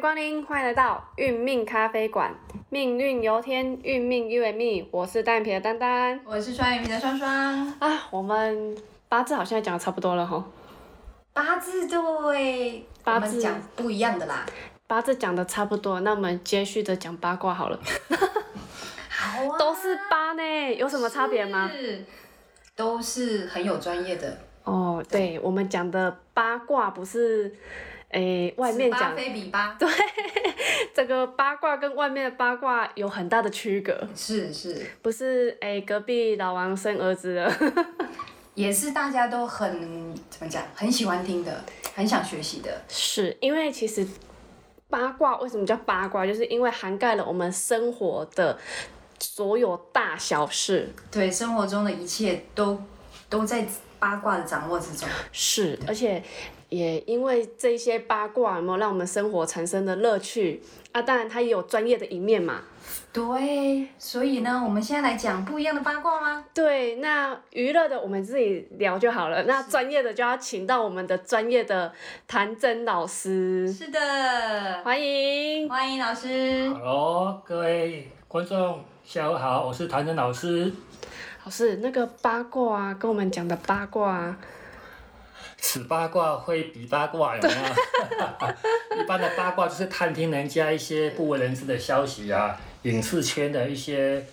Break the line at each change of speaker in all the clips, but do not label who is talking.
光临，欢迎来到运命咖啡馆。命运由天，运命由命。我是单眼皮的丹丹
我是双眼皮的双双，
啊。我们八字好像讲的差不多了哈，
八字对，
八
我
字
们讲不一样的啦。
八字讲的差不多，那我们接续的讲八卦好了。
好啊，
都是八呢，有什么差别吗？
是？都是很有专业的，
哦，对，我们讲的八卦不是，诶，外面
八
讲
非比八，
这个八卦跟外面的八卦有很大的区隔，
是是，
不是诶，隔壁老王生儿子了。
也是大家都很怎么讲，很喜欢听的，很想学习的。
是因为其实八卦为什么叫八卦，就是因为涵盖了我们生活的所有大小事，
对，生活中的一切都都在八卦的掌握之中。
是，而且也因为这些八卦，有没有让我们生活产生的乐趣啊？当然，它也有专业的一面嘛。
对，所以呢，我们现在来讲不一样的八卦吗？
对，那娱乐的我们自己聊就好了，那专业的就要请到我们的专业的谭真老师，
是的，
欢迎。
欢迎老师。
Hello，各位观众，下午好，我是谭真老师。
老师，那个八卦啊，跟我们讲的八卦啊，
此八卦会彼八卦，有没有？一般的八卦就是探听人家一些不为人知的消息啊，影视圈的一些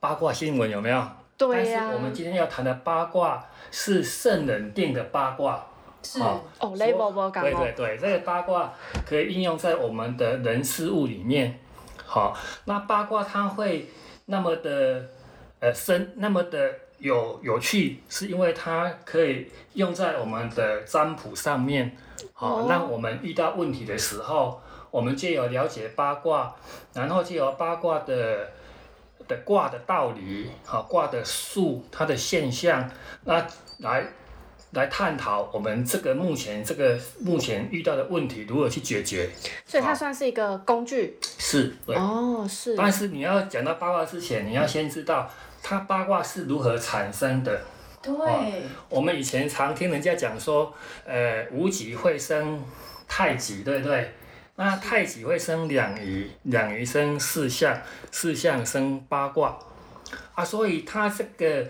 八卦新闻，有没有？
对呀、
但是我们今天要谈的八卦是圣人定的八卦。
是
好
哦
所以
，label 不感
对
冒
对。对，这个八卦可以应用在我们的人事物里面。好，那八卦它会那么的呃深，那么的有有趣，是因为它可以用在我们的占卜上面。
哦
好，让我们遇到问题的时候，我们借由了解八卦，然后借由八卦的。的卦的道理，好卦的数，它的现象，那来来探讨我们这个目前这个目前遇到的问题如何去解决。
所以它
好
算是一个工具
是，对。
哦，是
但是你要讲到八卦之前，你要先知道它八卦是如何产生的。
对，
我们以前常听人家讲说，呃，无极会生太极，对不对？那太极会生两仪，两仪生四象，四象生八卦啊，所以它这个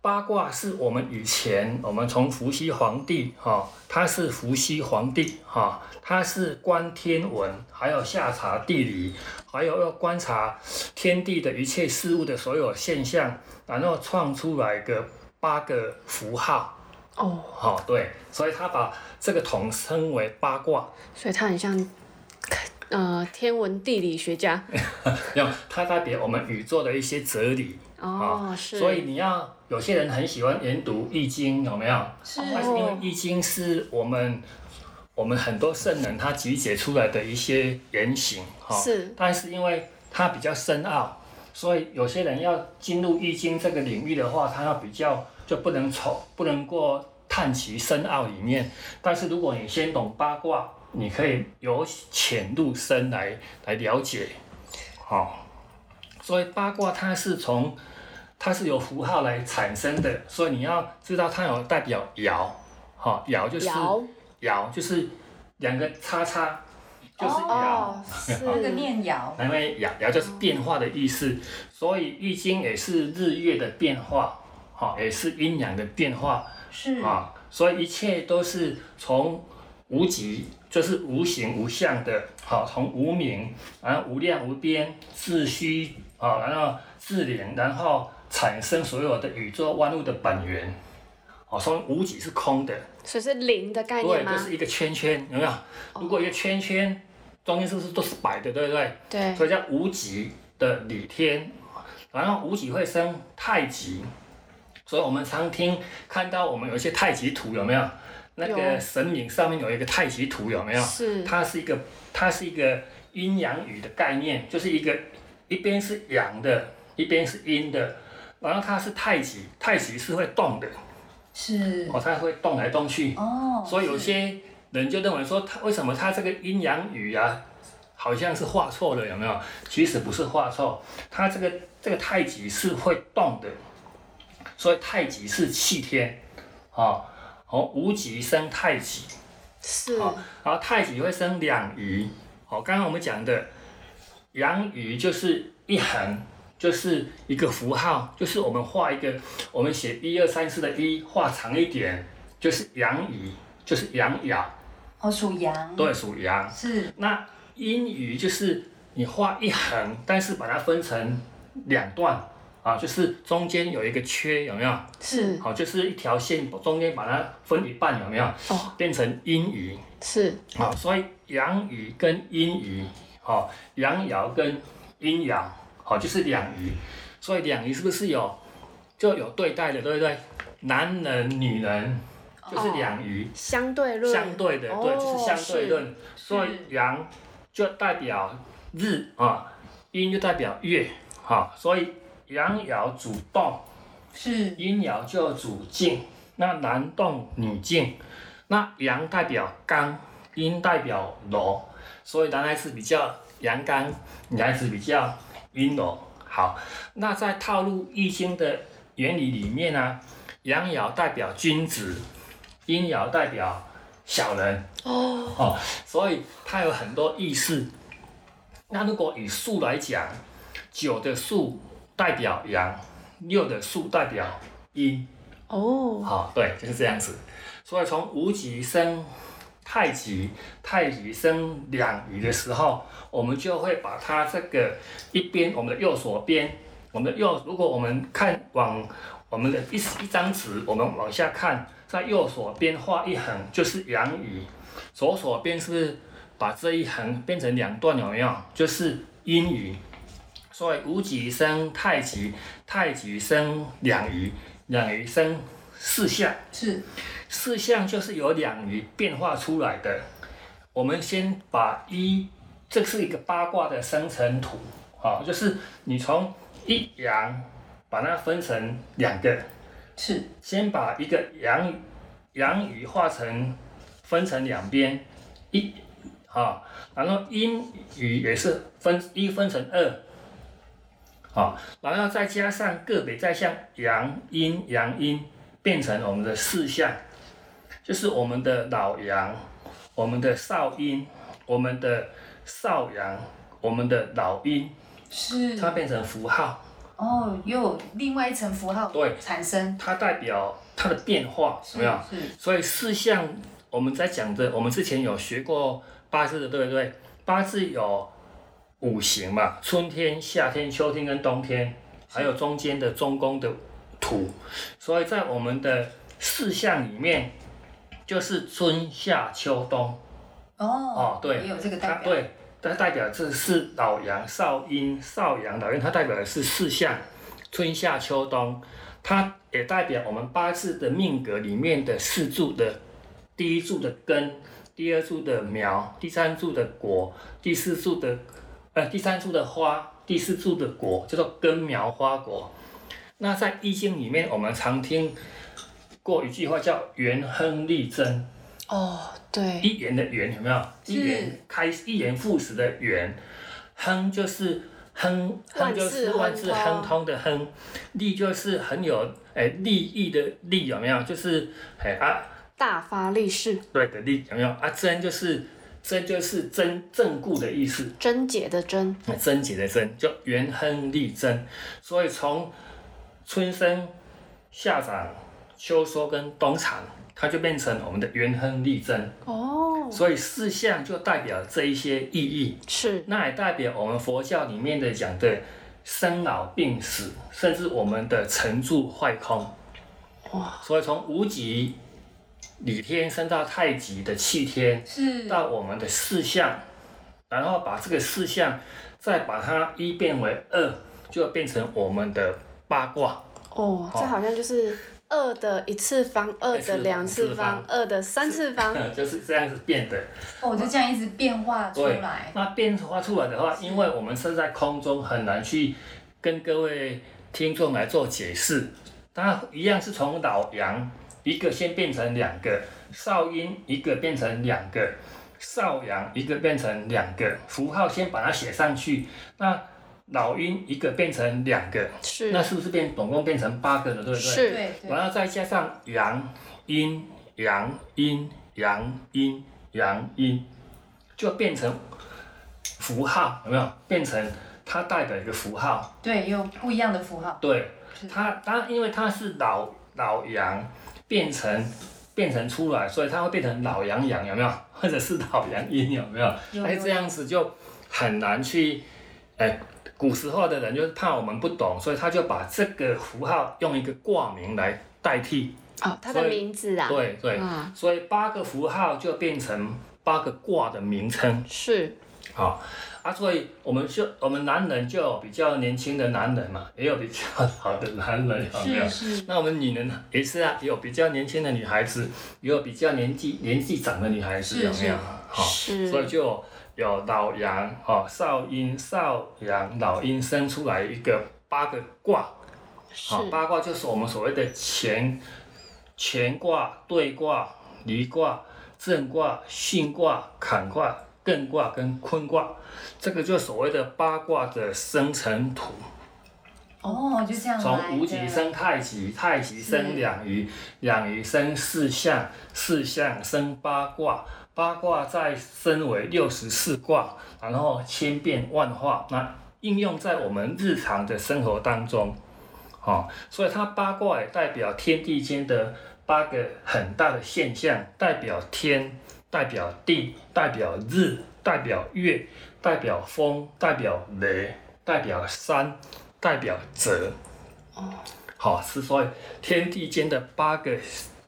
八卦是我们以前我们从伏羲皇帝哈、哦，他是伏羲皇帝哈、哦，他是观天文，还有下察地理，还有要观察天地的一切事物的所有现象，然后创出来个八个符号。
哦，
好、对，所以他把这个统称为八卦。
所以它很像呃天文地理学家
哎那它代表我们宇宙的一些哲理。
哦，是，
所以你要有些人很喜欢研读《易经》，有没有？
是
但是因为《易经》是我们我们很多圣人他集结出来的一些言行哈、
是
但是因为它比较深奥，所以有些人要进入《易经》这个领域的话，他要比较就不能从不能够探其深奥里面。但是如果你先懂八卦，你可以由浅入深来来了解，好、所以八卦它是从它是由符号来产生的，所以你要知道它有代表爻，好、爻就是
爻
爻就是两个叉叉，就是爻，
哦，是
那个念爻，
因为爻爻就是变化的意思，所以易经也是日月的变化，好、也是阴阳的变化
是
嗯
啊、所以一切都是从无极，就是无形无相的，好、从无名，然后无量无边，自虚啊、然后自怜，然后产生所有的宇宙万物的本源。哦，从无极是空的，
所以是零的概念
对，
吗
就？是一个圈圈，有没有？如果一个圈圈中间是不是都是白的，对不对？
对，
所以叫无极的理天，然后无极会生太极，所以我们常听看到我们有一些太极图，有没有？那
有
个神明上面有一个太极图，有没有？
是
它是一个，它是一个阴阳语的概念，就是一个一边是阳的，一边是阴的，然后它是太极，太极是会动的，
是
哦，它会动来动去，
哦，
所以有些人就认为说，他为什么他这个阴阳语啊，好像是画错了，有没有？其实不是画错，他这个这个太极是会动的，所以太极是气天，啊、哦，无极生太极，
是
然后太极会生两仪，哦，刚刚我们讲的阳鱼就是一横，就是一个符号，就是我们画一个，我们写一二三四的一，画长一点，就是阳鱼，就是阳爻，
哦，属羊，
对，属阳。
是
那阴鱼就是你画一横，但是把它分成两段啊，就是中间有一个缺，有没有？
是
好，就是一条线，中间把它分一半，有没有？
哦，
变成阴鱼。
是
好，所以阳鱼跟阴鱼，好，阳爻跟阴爻，好，就是两鱼。所以两鱼是不是有就有对待的，对不对？男人、女人就是两鱼。
相对论，
相对的，对，就是
哦
相对论。所以阳就代表日啊，阴就代表月啊，所以阳爻主动，
是
阴爻就主静。那男动女静，那阳代表刚，阴代表柔，所以男孩子比较阳刚，女孩子比较阴柔。好，那在套路易经的原理里面呢、阳爻代表君子，阴爻代表小人。
哦，
哦，所以它有很多意思。那如果以数来讲，九的数代表阳，六的数代表阴。
哦，
好、对，就是这样子。所以从无极生太极，太极生两仪的时候，我们就会把它这个一边，我们的右手边，我们的右，如果我们看往我们的一一张纸，我们往下看，在右手边画一横就是阳鱼，左手边是不是把这一横变成两段？有没有？就是阴鱼。所以无极生太极，太极生两仪，两仪生四象。
是
四象就是由两仪变化出来的。我们先把一，这是一个八卦的生成图啊、就是你从一阳把它分成两个，
是
先把一个阳阳鱼画成分成两边一啊、然后阴鱼也是分一分成二，好、然后再加上个别再像阳阴阳阴，变成我们的四象，就是我们的老阳，我们的少阴，我们的少阳，我们的老阴，
是
它变成符号。
哦，又有另外一层符号
对
产生，
它代表它的变化，有没有？
是是
所以四象我们在讲的，我们之前有学过八字的，对不对？八字有五行嘛，春天、夏天、秋天跟冬天，还有中间的中宫的土。所以在我们的四象里面，就是春夏秋冬。
哦
哦，对，
也有这个
它
代表，
对，它代表这是老阳、少阴、少阳、老阴，它代表的是四象，春夏秋冬，它也代表我们八字的命格里面的四柱的第一柱的根，第二柱的苗，第三柱的果，第四柱的呃第三柱的花，第四柱的果叫做根苗花果。那在易经里面，我们常听过一句话叫“元亨利贞”。
哦，对，
一元的元有没有？
是
一元开一元复始的元，亨就是亨，亨
万事
就是
亨
万事
通
亨通的亨，利就是很有哎利益的利有没有？就是哎啊
大发利市，
对的利有没有？啊贞就是贞就是贞正固的意思，
贞洁的贞，
那贞洁的贞就元亨利贞，所以从春生、夏长、秋收跟冬藏，它就变成我们的元亨利贞。
哦，
所以四象就代表这一些意义，
是
那也代表我们佛教里面的讲的生老病死，甚至我们的成住坏空。
哇，
所以从无极理天升到太极的气天，
是
到我们的四象，然后把这个四象再把它一变为二，就变成我们的八卦。
哦，这好像就是二的一次方，二的两次
两
方
哎次，
二的三次方，
就是这样子变的，
哦，就这样一直变化出
对
来，，
那变化出来的话，因为我们是在空中，很难去跟各位听众来做解释。它一样是从老阳一个先变成两个，少阴一个变成两个，少阳一个变成两个，符号先把它写上去。那老阴一个变成两个，
是
那是不是变总共变成八个了，对不对？
是
对对，
然后再加上阳阴阳阴阳阴阳阴，就变成符号，有没有变成它代表一个符号？
对，有不一样的符号。
对
是，
它它因为它是老老羊变成变成出来，所以它会变成老羊羊，有没有？ 或者是老羊阴，有没有？
有
哎，
有
这样子就很难去，哎，古时候的人就是怕我们不懂，所以他就把这个符号用一个挂名来代替。
哦，它的
所以
名字啊，
对对，
嗯
啊，
所以八个符号就变成八个卦的名称。
是
好啊，所以我们就我们男人就有比较年轻的男人嘛，也有比较老的男人，有没有
是？是，
那我们女人也是啊，也有比较年轻的女孩子，也有比较年纪年纪长的女孩子，
是
有没有
是？
好，
是，
所以就有老羊哦，少阴少阳老阴生出来一个八个卦，
是
好、啊八卦就是我们所谓的乾乾卦、兑卦、离卦、震卦、巽卦、坎卦、艮卦跟坤卦，这个就所谓的八卦的生成图，
哦，就这样来的
从无极生太极，太极生两仪，两仪生四象，四象生八卦，八卦再升为六十四卦，然后千变万化，那应用在我们日常的生活当中，哦，所以它八卦也代表天地间的八个很大的现象，代表天，代表地，代表日，代表月，代表风，代表雷，代表山，代表泽。好，是所以天地间的八个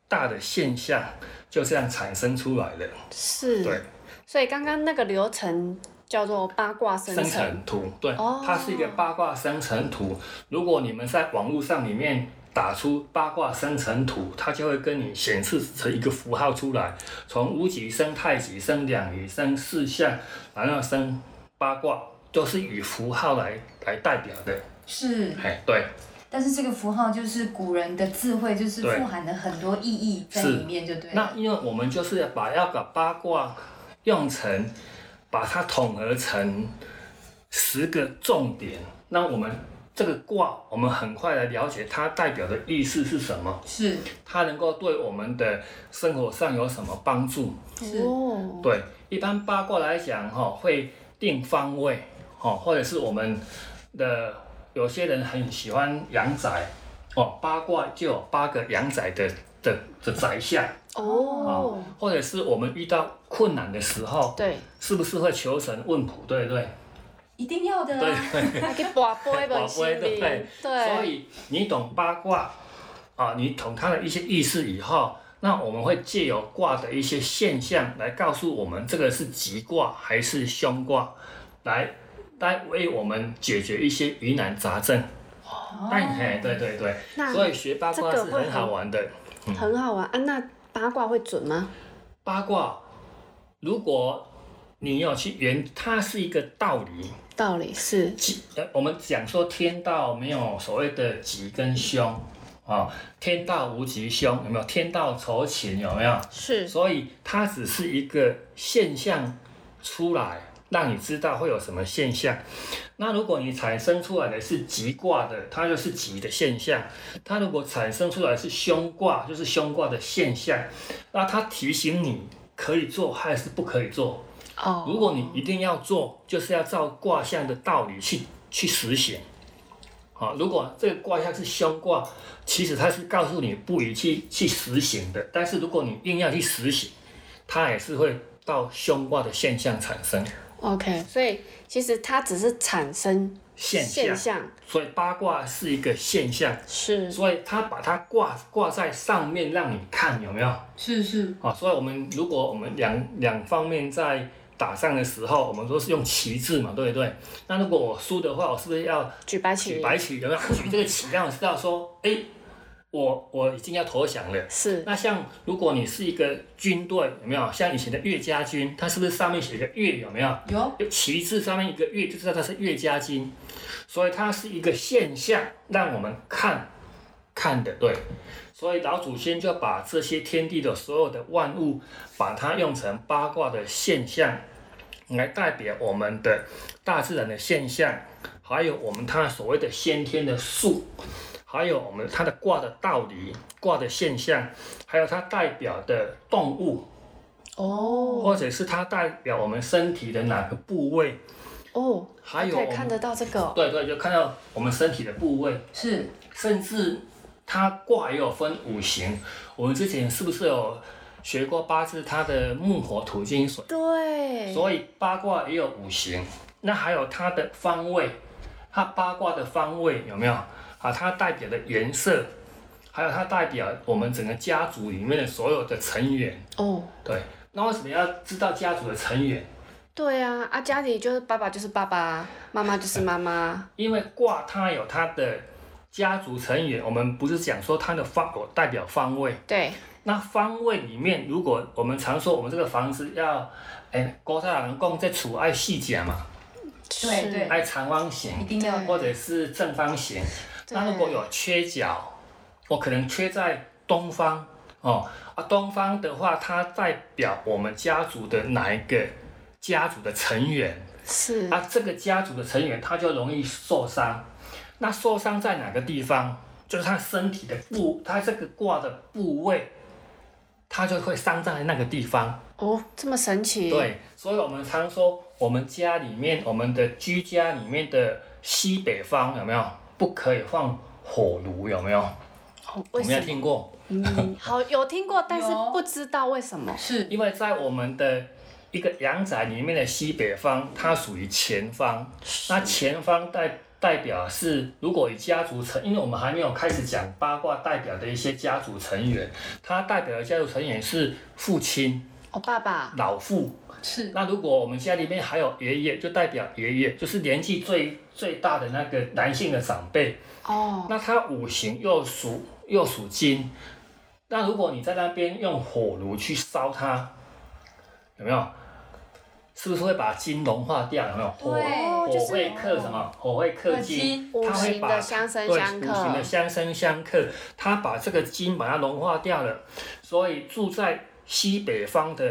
大的现象就这样产生出来的。
是，
对，
所以刚刚那个流程叫做八卦生
生
成，
成图，对，
哦
它是一个八卦生成图。如果你们在网络上里面打出八卦生成图，它就会跟你显示成一个符号出来，从无极生太极，生两仪，生四象，然后生八卦，都是以符号来来代表的。
是，
哎，对，
但是这个符号就是古人的智慧，就是
对
富含了很多意义在
是
里面，就对了。
那因为我们就是要把要把八卦用成，把它统合成十个重点。那我们这个卦，我们很快来了解它代表的意思是什么，
是
它能够对我们的生活上有什么帮助？
是
哦，
对，一般八卦来讲，哈、会定方位，哦，或者是我们的有些人很喜欢阳宅，哦，八卦就有八个阳宅的的的宅相。
哦，
或者是我们遇到困难的时候，
对，
是不是会求神问卜，对不对？
一定要的
对
啊。
还可以把杯本心
对
灵，
不对？所以你懂八卦啊，你懂它的一些意思以后，那我们会借由卦的一些现象来告诉我们这个是吉卦还是凶卦，来来为我们解决一些疑难杂症。
哦
但嘿，对对对，
那
所以学八卦
这
是
个会
很好玩的。
很好玩啊。那八卦会准吗？
八卦，如果你有去研，它是一个道理。
道理是
吉，呃，我们讲说天道没有所谓的吉跟凶啊、天道无吉凶，有没有？天道酬勤，有没有？
是
所以它只是一个现象出来，让你知道会有什么现象。那如果你产生出来的是吉卦的，它就是吉的现象；它如果产生出来是凶卦，就是凶卦的现象。那它提醒你可以做还是不可以做。
哦，
如果你一定要做，就是要照卦象的道理去去实行。好、如果这个卦象是凶卦，其实它是告诉你不宜去去实行的。但是如果你硬要去实行，它也是会到凶卦的现象产生
OK，所以其实它只是产生
现象。
现象
所以八卦是一个现象，
是
所以它把它挂挂在上面让你看，有没有？
是是
啊，所以我们如果我们两两方面在打仗的时候，我们都是用旗帜嘛，对不对？那如果我输的话，我是不是要
举白
举
旗
白旗？有没有举这个旗让我知道说，哎，我我已经要投降了。
是
那像如果你是一个军队，有没有像以前的岳家军，它是不是上面写个岳？有没有？
有
旗帜上面一个岳，就知道它是岳家军，所以它是一个现象，让我们看看的对。所以老祖先就把这些天地的所有的万物，把它用成八卦的现象，来代表我们的大自然的现象，还有我们它所谓的先天的数，还有我们它的卦的道理、卦的现象，还有它代表的动物
哦
或者是它代表我们身体的哪个部位，
哦，
还有
可以
我
看
们
得到这个哦
对对，就看到我们身体的部位，
是
甚至它卦也有分五行。我们之前是不是有学过八字？它的木火土金水，
对，
所以八卦也有五行。那还有它的方位，它八卦的方位有没有啊？它代表的颜色，还有它代表我们整个家族里面的所有的成员。
哦，
对，那为什么要知道家族的成员？
对啊，啊家里就是爸爸就是爸爸，妈妈就是妈妈，
因为卦它有它的家族成员，我们不是讲说它的方有代表方位，
对，
那方位里面，如果我们常说我们这个房子要，哎，古早人讲这厝爱细甲嘛，
对
是
对
爱长方
一
形
定要
或者是正方形，
对
那如果有缺角，我可能缺在东方哦，啊，东方的话，它代表我们家族的哪一个家族的成员，
是
啊，这个家族的成员他就容易受伤。那受伤在哪个地方？就是他身体的部，他这个卦的部位，他就会伤在那个地方。
哦，这么神奇，，
对，所以我们常说，我们家里面，我们的居家里面的西北方有没有不可以放火炉？有没有？
哦、
我
为
没有
什么？
听过，
嗯，好有听过，但是
有
不知道为什么。
是
因为在我们的一个阳宅里面的西北方，它属于前方。那前方代代表是，如果以家族成，因为我们还没有开始讲八卦代表的一些家族成员，它代表的家族成员是父亲、
哦，爸爸，
老父。
是
那如果我们家里面还有爷爷，就代表爷爷，就是年纪最最大的那个男性的长辈。
哦，
那它五行又属又属金，那如果你在那边用火炉去烧它，有没有？是不是会把金融化掉？有没有？火
对
哦就是
火会克什么？火会克金，
五
它会
行
把
的相生
对
相
五行的
克，
相生相克，它把这个金把它融化掉了，所以住在西北方的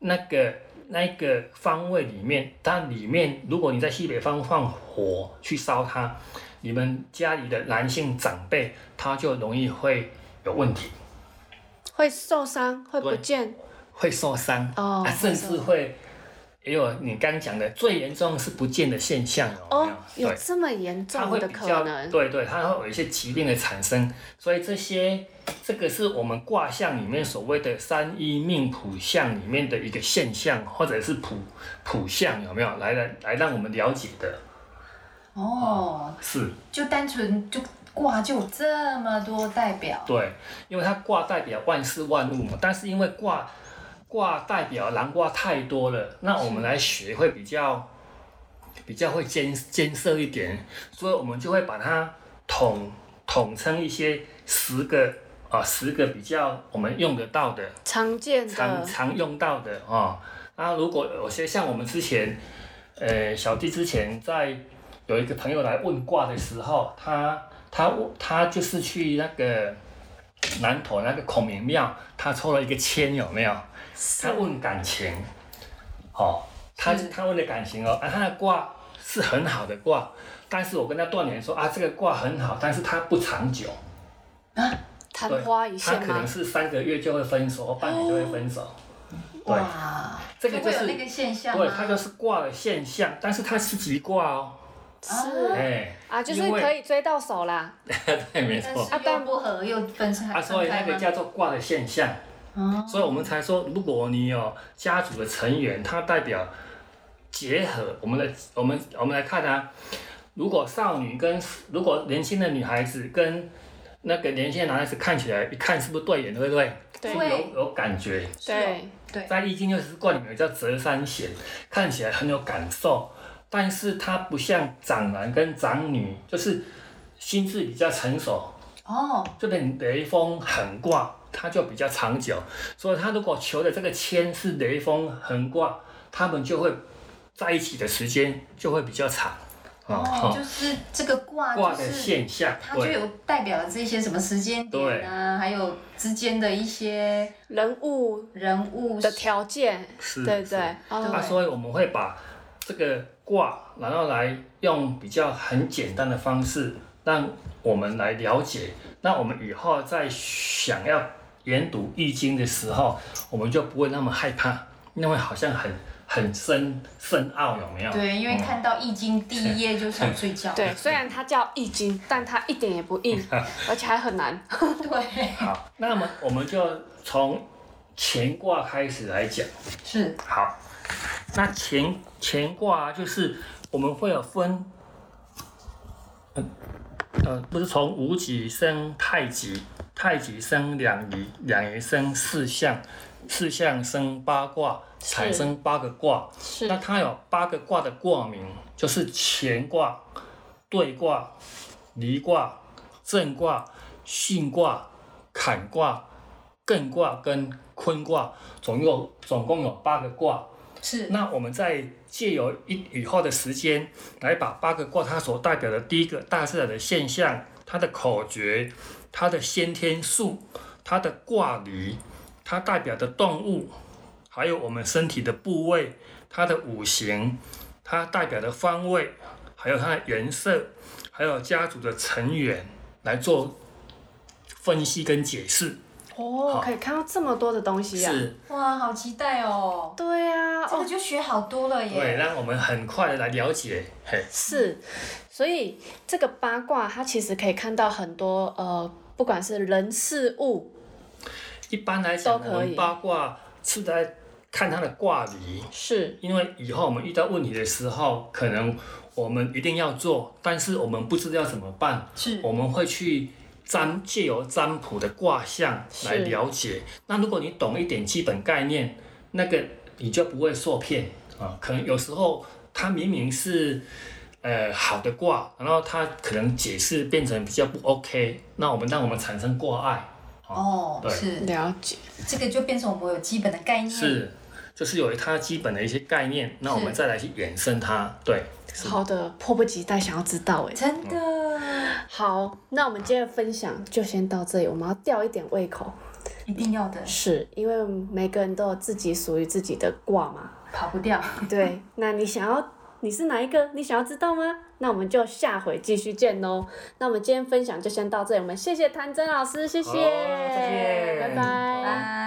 那个那个方位里面，但里面如果你在西北方放火去烧它，你们家里的男性长辈他就容易会有问题，
会受伤，会不
对
见。
会受伤、
哦
啊，甚至会也有你刚讲的最严重是不见的现象有没
哦
有？，
有
对
这么严
它
重
会
的
比
可
较
能？
对对，它会有一些疾病的产生，所以这些这个是我们卦象里面所谓的三一命谱象里面的一个现象，或者是谱谱象有没有来来来让我们了解的？
哦，
是
就单纯就卦就有这么多代表，
对，因为它卦代表万事万物嘛，但是因为卦卦代表狼卦太多了，那我们来学会比较比较会艰艰涩一点，所以我们就会把它统统称一些十个啊、十个比较我们用得到的
常见
常
的
常用到的哦。那如果有些像我们之前，呃，小弟之前在有一个朋友来问卦的时候，他他他就是去那个南头那个孔明庙，他抽了一个签，有没有？
是嗯
他问感情，哦，他
是
他问的感情哦，啊，他的卦是很好的卦，但是我跟他断言说啊，这个卦很好，但是它不长久，
昙花一
他
现
可
吗
能？
啊
是三个月就会分手，或半年就会分手。对
哇，
这个就
会有
是
那个现象
对，
吗？
它就是挂的现象，但是它是吉卦哦，
是
哎、
啊，就是
因为
可以追到手啦。
对，没
但
错。
啊
是又不合又分开，
哦啊，所以那个
分开吗
叫做卦的现象，
哦
所以我们才说，如果你有家族的成员，它代表结合我们的，我们我们来看啊，如果少女跟如果年轻的女孩子跟那个年轻的男孩子看起来一看是不是对眼，对不对？
对
对
有有感觉，
对，
在《易经》六十卦里面有叫折三弦，看起来很有感受，但是它不像长男跟长女，就是心智比较成熟。
哦，
这边雷锋横卦，它就比较长久，所以他如果求的这个签是雷锋横卦，他们就会在一起的时间就会比较长。
哦，就是这个卦，
卦
就
的
是
现象，
它就
对
有代表了这些什么时间点啊，还有之间的一些
人物
人物
的条件，
是，
对不
是
对？
啊，
哦，
所以我们会把这个卦，然后来用比较很简单的方式，让我们来了解。那我们以后在想要研读《易经》的时候，我们就不会那么害怕，因为好像很很深深奥，有没有？
对，因为
嗯
看到《易经》第一页就想睡觉。
对，虽然它叫易经，但它一点也不 易，而且还很难。
对，
好，那么我们就从乾卦开始来讲。
是
好，那乾乾卦啊就是我们会有分，呃，呃不是从无极生太极，太极生两仪，两仪生四象，四象生八卦，
是
产生八个卦。
是
那它有八个卦的卦名，就是乾卦、兑卦、离卦、震卦、巽卦、坎卦、艮卦跟坤卦，总共总共有八个卦。
是，
那我们在借由一以后的时间，来把八个卦它所代表的第一个大自然的现象、它的口诀、它的先天数、它的卦理、它代表的动物，还有我们身体的部位、它的五行、它代表的方位，还有它的颜色，还有家族的成员来做分析跟解释。
哦，可以看到这么多的东西啊！
是，
哇，好期待哦！
对啊，
这
哦
个，就学好多了
对，
耶。
让我们很快的来了解。嘿，
是，所以这个八卦它其实可以看到很多呃，不管是人事物，
一般来讲，
都可以
我们八卦是在看它的卦理，
是
因为以后我们遇到问题的时候，可能我们一定要做，但是我们不知道怎么办，
是，
我们会去占借由占卜的卦象来
是
了解。那如果你懂一点基本概念，那个你就不会受骗啊。可能有时候它明明是。呃，好的卦，然后它可能解释变成比较不 OK，那我们让我们产生挂碍，
哦，
对
是，
了解，
这个就变成我们有基本的概念。，
是，就是有它基本的一些概念，那我们
是
再来去衍生它。对，是
好的，迫不及待想要知道哎。
真的，
好，那我们今天的分享就先到这里，我们要吊一点胃口，
一定要的，
是因为每个人都有自己属于自己的卦嘛。
跑不掉。
对，那你想要你是哪一个？你想要知道吗？那我们就下回继续见喽。那我们今天分享就先到这里，我们谢谢谭真老师，谢谢，
好再
拜拜
见
拜。